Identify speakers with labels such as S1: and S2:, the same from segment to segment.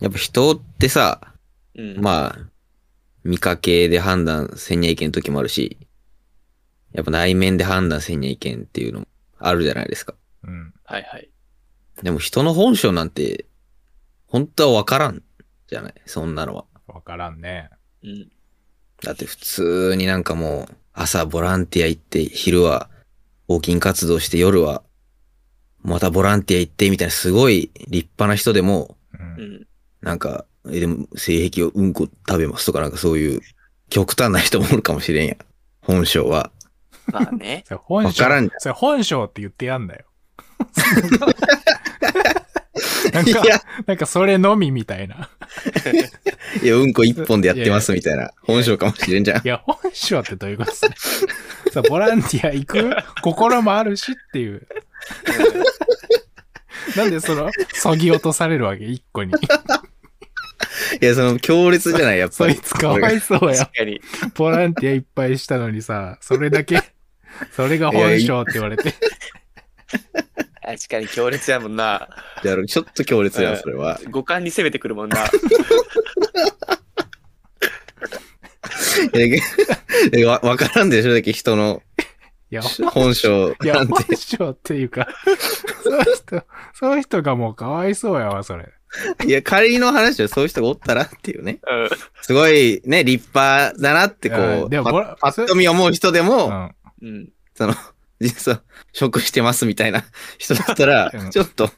S1: やっぱ人ってさ、
S2: うん。あ。
S1: まあ、見かけで判断せんにゃいけん時もあるし、やっぱ内面で判断せんにゃいけんっていうのもあるじゃないですか。
S3: うん。
S2: はいはい。
S1: でも人の本性なんて、本当はわからんじゃないそんなのは。
S3: わからんね。
S2: うん。
S1: だって普通になんかもう、朝ボランティア行って、昼は募金活動して、夜はまたボランティア行ってみたいなすごい立派な人でも、
S3: う。
S2: うんん。
S1: なんか、えでも性癖をうんこ食べますとかなんかそういう極端な人もおるかもしれんや。本性は。
S2: まあね。
S3: それ本
S1: わ
S3: 性
S1: からんじ
S3: それ本性って言ってやん だよ。な ん
S1: い
S3: か、
S1: や、
S3: なんかそれのみみたいな。
S1: いやうんこ一本でやってますみたいな。本性かもしれんじゃん
S3: い。や、本性ってどういうことですね。さ、ボランティア行く心もあるしっていう。なんでその、そぎ落とされるわけ一個に。
S1: いや、その強烈じゃない、やっぱ
S3: そ
S1: り。
S3: いつかわいそうや。
S2: 確かに。
S3: ボランティアいっぱいしたのにさ、それだけ、それが本性って言われて。
S2: 確かに強烈やもんな。
S1: やろちょっと強烈やん、それは。
S2: 五感に攻めてくるもんな。
S1: え、 えわわからんでしょだけ人の
S3: いや、
S1: 本性
S3: い
S1: な
S3: や、
S1: んて。
S3: 本性っていうか、 その人、その人がもうかわいそうやわ、それ。
S1: いや、仮の話でそういう人がおったらっていうね。
S2: うん。
S1: すごいね、立派だなってこ
S3: うん
S1: う、
S3: でも
S1: パ
S3: ボラ
S1: パッと見思う人で
S3: う
S1: も、
S3: ん。
S2: うん。
S1: 実は、食してますみたいな 人だったら
S3: うん、
S1: ちょっと、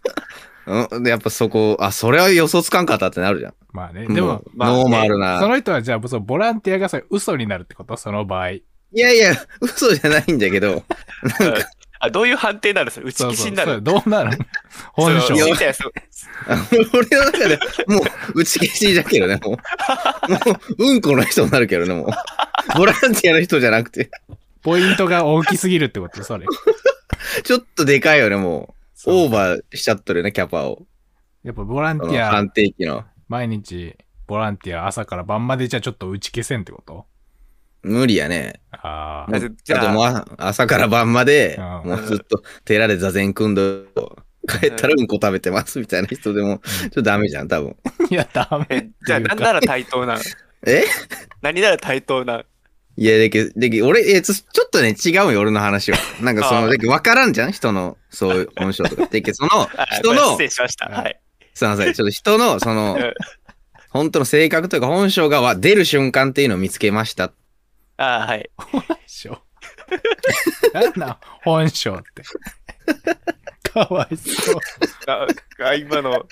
S1: うん、でやっぱそこ、あ、それは予想つかんかったってなるじゃん。
S3: まあね、でも
S1: う、
S2: まあね
S1: ノーマル
S3: そ
S1: な。
S3: の人はじゃあ、そのボランティアがそれ嘘になるってことその場合。
S1: いやいや、嘘じゃないんだけど、
S2: あ、どういう判定なのそれ打ち
S3: そう
S2: 消
S3: そ
S2: し
S3: う
S2: にな
S3: そ
S2: る
S3: う。どうなる本
S2: そ
S3: 性
S2: う。
S1: い
S2: い
S1: や
S2: いじゃんそう
S1: あ俺の中で、もう、打ち消しだけどね、もう。もう、うんこの人になるけどね、もう。ボランティアの人じゃなくて、
S3: ポイントが大きすぎるってこ とそれ。
S1: ちょっとでかいよね、もう。
S3: そう
S1: オーバーしちゃっとるよね、キャパを。
S3: やっぱボランテ
S1: その
S3: ィア
S1: 判、定機の。
S3: 毎日、ボランティア朝から晩までじゃあちょっと打ち消せんってこと
S1: 無理やね。
S2: あ
S3: ああ。
S1: もう
S2: じゃあ
S1: あともうあ朝から晩まで
S3: うん、
S1: もうずっと寺で座禅組んど、帰ったらうんこ食べてますみたいな人でも、ちょっとダメじゃん、多分。
S3: いや、ダメ。
S2: えじゃあ
S3: っていうか
S2: 何なら対等なの
S1: え
S2: 何なら対等なの
S1: いや、だけど、だけど俺、えちょちょっとね、違うよ、俺の話は。なんかそ
S2: あ
S1: の、
S2: ー
S1: だけど分からんじゃん人の、そういう本性とか。だけど、その
S2: あ、
S1: 人
S2: これ
S1: の
S2: 失、礼しました。はい。
S1: すいません、ちょっと人の、その
S2: うん、
S1: 本当の性格というか本性がわ出る瞬間っていうのを見つけました。
S2: あはい。
S3: 本性。 なんなん本性って。かわいそう。
S2: ああ今の。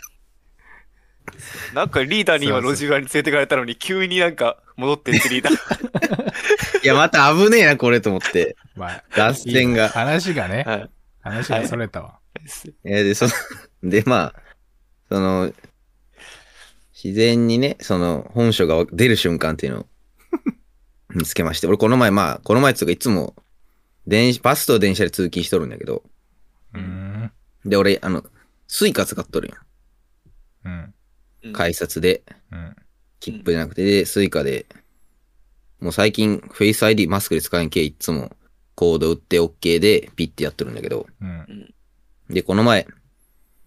S2: なんかリーダーに今路地裏に連れてかれたのに急になんか戻ってってリーダー。
S1: いや、また危ねえな、これと思って。
S3: まあ、
S1: 脱線が。
S3: 話が ね、
S2: はい
S3: 話がそれたわ。
S1: えーで、その、 で、まあ、その、自然にね、その、本性が出る瞬間っていうのを見つけまして、俺この前、まあ、この前っつうかいつも、電車、バスと電車で通勤しとるんだけど、
S3: うーん。
S1: で、俺、あの、スイカ使っとるや
S3: うん。
S2: うん
S1: ん。改札で、
S3: うん。
S1: 切符じゃなくて、で、スイカで、もう最近、フェイス ID マスクで使えんけ、いつも、コード打って OK で、ピッてやってるんだけど、
S3: うん。
S1: で、この前、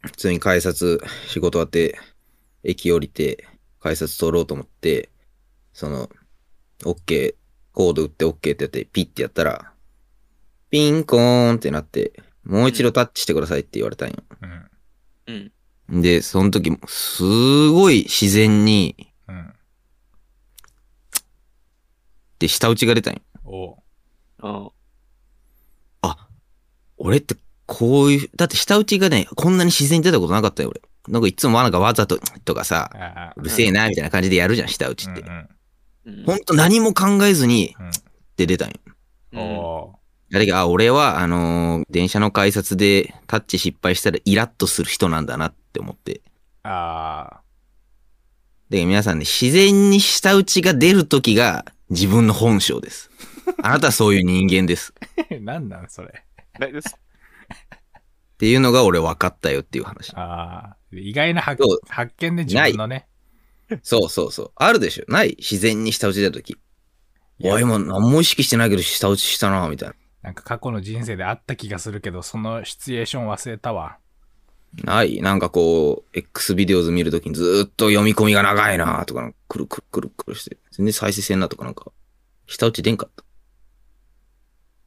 S1: 普通に改札、仕事終わって、駅降りて、改札通ろうと思って、その、OK、コード打って OK ってやって、ピッてやったら、ピンコーンってなって、もう一度タッチしてくださいって言われたんよ。
S3: うん。
S2: うん。
S1: で、その時、すごい自然に、
S3: うん。
S1: で、舌打ちが出たんよ。
S3: おう
S2: うん。
S1: あ、俺ってこういう、だって舌打ちがね、こんなに自然に出たことなかったよ、俺。なんかいつもなんかわざと、とかさ、
S3: ああ。
S1: うるせえな、みたいな感じでやるじゃん、舌打ちって。
S3: うん
S2: うん
S1: ほんと何も考えずに、
S3: うん
S1: って出たんよ。
S3: うん。お
S1: だけど、あ、俺は、あのー電車の改札でタッチ失敗したらイラッとする人なんだなって思って。
S3: う。あ
S1: で、皆さんね、自然に舌打ちが出るときが自分の本性です。あなたはそういう人間です。っ
S3: あ。なんなんそれ。
S2: なうす
S1: ていうのが俺分かったよっていう話。
S3: ああ。意外な発
S1: そう
S3: 発見で自分のね。
S1: そうそうそう。あるでしょない自然に舌打ち出たとき。
S3: いや
S1: おい、今何も意識してないけど舌打ちしたな、みたいな。
S3: なんか過去の人生であった気がするけど、そのシチュエーション忘れたわ。
S1: ない。なんかこう、X ビデオズ見るときにずーっと読み込みが長いなとか、くるくるくるくるして、全然再生せんなとかなんか、下打ち出んかっ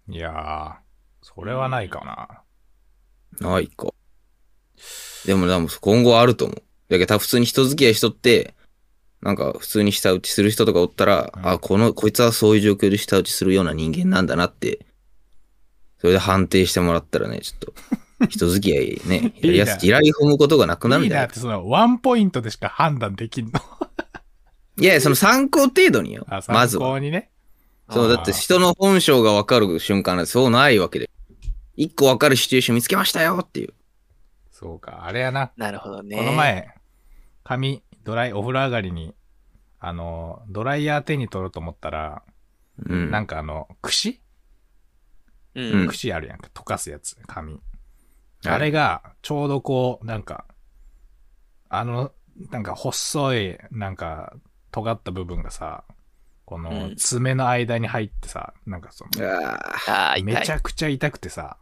S3: いやー、それはないかな。
S1: た。ないか。でもでも今後はあると思う。だけど多分普通に人付き合いしとって、なんか普通に下打ちする人とかおったら、
S3: うん
S1: あ、この、こいつはそういう状況で下打ちするような人間なんだなって、それで判定してもらったらね、ちょっと、人付き合 いね、やりやすく、依頼踏むことがなくなるん
S3: リー
S1: じゃな
S3: ダ
S1: い
S3: ーってそのワンポイントでしか判断で きんの。
S1: いやいや、その参考程度によ
S3: あ、。
S1: ま
S3: 参
S1: ずは。
S3: 考にね。
S1: そう、
S3: あー
S1: だって人の本性が分かる瞬間なんてそうないわけで。一個分かるシチュエーション見つけましたよっていう。
S3: そうか、あれやな。
S2: なるほどね。
S3: この。前、髪、ドライ、お風呂上がりに、あの、ドライヤー手に取ろうと思ったら、
S1: うん。
S3: なんかあの、櫛
S2: う
S1: うん
S2: ん。
S3: 櫛あるやんか。溶かすやつ、髪。
S1: はい
S3: あれが、ちょうどこう、なんか、あの、なんか細い、なんか、尖った部分がさ、こ
S2: う
S3: の
S2: ん
S3: 爪の間に入ってさ、なんかその、
S1: ああ、
S2: ああ、痛い。
S3: めちゃくちゃ痛くてさ、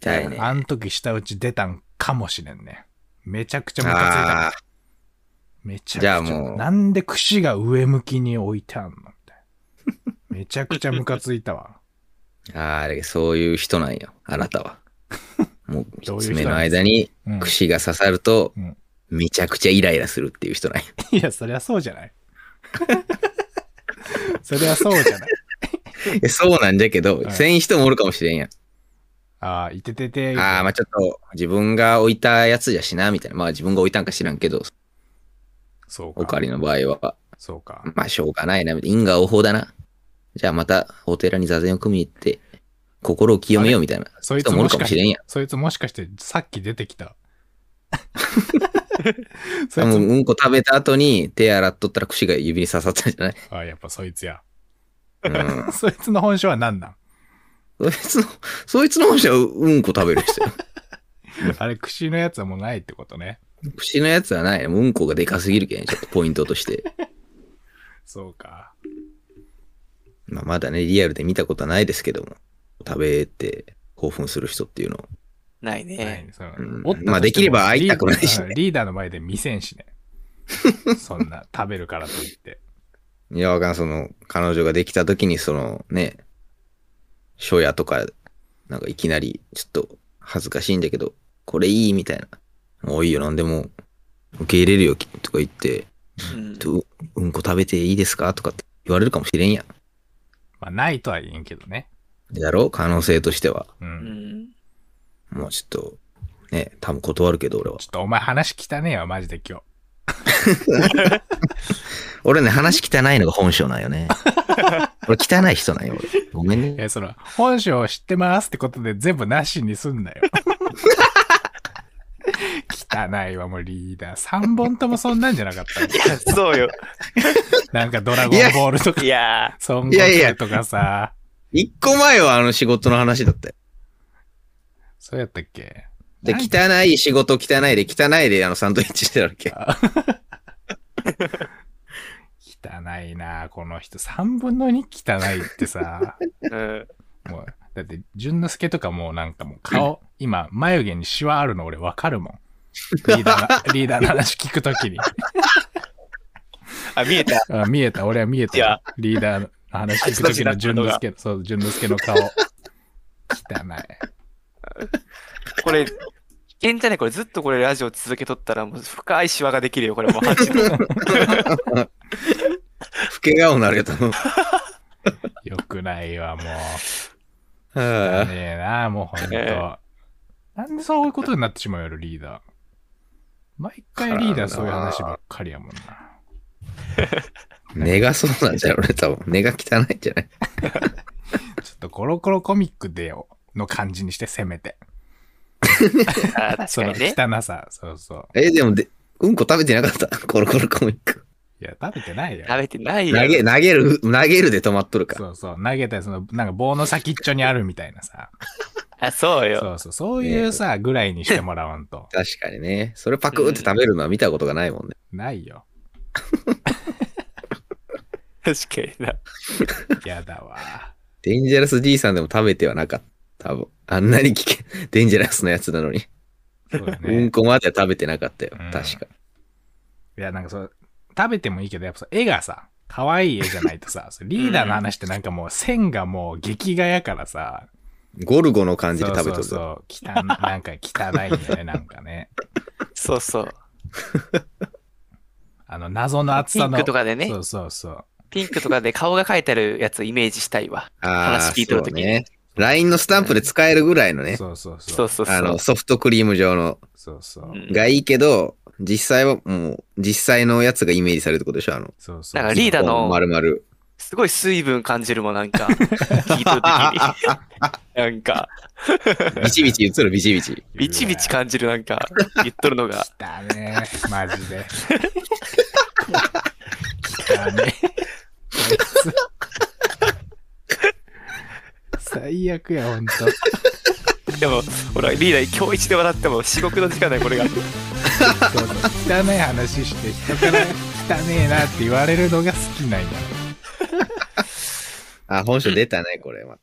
S1: 痛いね。
S3: あん時下打ち出たんかもしれんね。めちゃくちゃムカついた
S1: あ
S3: よ
S1: あ。、
S3: めちゃくちゃ。
S1: じゃあもう
S3: なんで櫛が上向きに置いてあんのみたい な。めちゃくちゃムカついたわ。
S1: ああだけどそういう人なんよ。あなた は。も
S3: ど
S1: う、
S3: ういう人なんですか
S1: 爪の間に
S3: うん、
S1: 櫛が刺さると
S3: うん、
S1: めちゃくちゃイライラするっていう人 なんよ。
S3: いや、そりゃそうじゃない。 そりゃそうじゃない。
S1: いやそうなんじゃけど、
S3: い
S1: せん人もおるかもしれんやん。
S3: ああ、いててて。
S1: ああ、まあちょっと、自分が置いたやつじゃしな、みたいな。まあ自分が置いたんか知らんけど、
S3: そうか。
S1: おかわりの場合は。
S3: そうか。
S1: まあ、しょうがないな、因果応報だな。じゃあまた、お寺に座禅を組みに行って、心を清めようみたいな。
S3: そいつ
S1: 人もお
S3: も
S1: る
S3: し
S1: か
S3: か
S1: も
S3: し、
S1: してれんやん。
S3: そいつもしかして、さっき出て きた。そ
S1: 多
S3: い
S1: 分
S3: つ、
S1: うんこ食べた後に手洗っとったら串が指に刺さったんじゃない
S3: ああ、やっぱそいつや。
S1: うん。
S3: そいつの本性は何なん
S1: そいつの、そいつの本性はうんこ食べる人 よ。
S3: あれ、櫛のやつはもうないってことね。
S1: 串のやつはない。もううんこがでかすぎるけん、ちょっとポイントとして。
S3: そうか。
S1: まあ、まだね、リアルで見たことはないですけども、食べて興奮する人っていうのを。
S2: ない
S3: はい
S2: ね。
S3: その
S1: うん
S3: 折ったとしても
S1: まあできれば会いたくないしね
S3: リーリーダーの前で見せんしね。 そんな、食べるからといって。
S1: いや、わかんないその、彼女ができた時に、そのね、初夜とか、なんかいきなり、ちょっと恥ずかしいんだけど、これいいみたいな。もういいよ、なんでも、受け入れるよ、とか言って、
S2: うん
S1: ちょっとううんこ食べていいですかとかって言われるかもしれんや
S3: まあ、ないとは言えんけどね。
S1: ん。だろう可能性としては。
S3: う。
S2: うんん。
S1: もうちょっと、ね、多分断るけど、俺は
S3: ちょ。っとお前話汚ねえわ、マジで今日。
S1: 俺ね、話汚いのが本性なんよね。俺汚い人なんよ、俺。ごめんね。
S3: え、その、本性を知ってますってことで全部なしにすんなよ。 汚いわ、もうリーダー。3本ともそんなんじゃなかったの。
S2: いや、そうよ。
S3: なんかドラゴンボールとか
S2: い、や
S3: 孫悟
S1: いやいや
S3: 空とかさ。
S1: 一個前はあの仕事の話だったよ。
S3: そうやったっけ
S1: で、
S3: なん
S1: 汚い仕事、汚いで、汚いで、あの、サンドイッチしてたわけ。
S3: 汚いなあこの人。3分の2汚いってさ。
S2: ーうん。
S3: もう、だって、淳之介とかもうなんかもう顔、今、眉毛にシワあるの俺わかるもん。リーダーの、リーダーの話聞くときに。
S2: あ、見えた。
S3: あ見えた、俺は見え
S2: いや
S3: た。リーダーの話聞くときの淳之介、そう、淳之介の顔。汚い。
S2: これ、危険じゃないこれずっとこれラジオ続けとったらもう深いシワができるよ、これもう八 分。
S1: 老け顔になるよ、多 分。
S3: よくないわ、もう。
S1: は
S3: 汚
S1: あ
S3: ねえなあもうほんと。なんでそういうことになってしまうやろ、リーダー。毎回リーダーそういう話ばっかりやもんな。
S1: 根がそうなんじゃろうね、 多分。根が汚いんじゃない
S3: ちょっとコロコロコミックでよ、の感じにして、せめて。
S2: あー確
S3: そ
S2: か
S3: の
S2: にね。
S3: 汚さ、そうそう。
S1: え、でもで、うんこ食べてなかった。 コロコロコミック。
S3: いや、食べてないよ。
S2: 食べてない
S1: 投
S2: よ。
S1: げ、投げる、投げるで止まっとるから。
S3: そうそう。投げたり、その、なんか棒の先っちょにあるみたいなさ。
S2: あ、そうよ。
S3: そうそう。そういうさ、ぐらいにしてもらわんと。
S1: 確かにね。それパクって食べるのは見たことがないもんね。
S3: ないよ。
S2: 確かにな。
S3: やだわ。
S1: デン ジャラス D さんでも食べてはなかった。多分。あんなに危険、デンジャラスなやつなのに。
S3: そうだね。
S1: うんこまでは食べてなかったよ
S3: うん。
S1: 確か。
S3: いや、なんかそう、食べてもいいけど、やっぱさ絵がさ、可愛い絵じゃない とさ、そうリーダーの話ってなんかもう線がもう劇画やからさ、
S1: ゴルゴの感じで
S3: そう
S1: 食べ
S3: そ
S1: と
S3: う
S1: るぞ。
S3: そう、汚いなんか汚いんだよね、なんかね。
S2: そうそう。
S3: あの、謎の厚
S2: ピ
S3: さ
S2: ン
S3: の。
S2: クとかで
S3: そ
S2: ね、
S3: うそうそう。
S2: ピンクとかで顔が描いてあるやつイメージしたいわ。
S1: あ
S2: 話
S1: あ、
S2: 聞いとる時
S1: そうね。LINE のスタンプで使えるぐらいのね。
S3: そうそうそ。
S2: そううそうそ
S1: あ
S2: う
S1: の、。ソフトクリーム状の
S3: そうそうう。
S2: ん
S1: がいいけど、実際はもう、実際のやつがイメージされるってことでしょあの、
S3: そう
S2: だ
S3: そ
S2: から
S3: う。
S2: リーダーの
S1: まるまる。
S2: すごい水分感じるもん、 なんか。聞いとる時に。なんか、
S1: ビチビチ言ってる、ビチビチ。
S2: ビチビチ感じる、なんか、言っとるのが。
S3: だね、マジで。だね。最悪や、ほんと。
S2: でも、ほら、リーダー、今日一で笑っても、至極の時間だよ、これが。
S3: そうそう汚い話して人から汚ねえなって言われるのが好きなんや。
S1: あ、本書出たね、これは。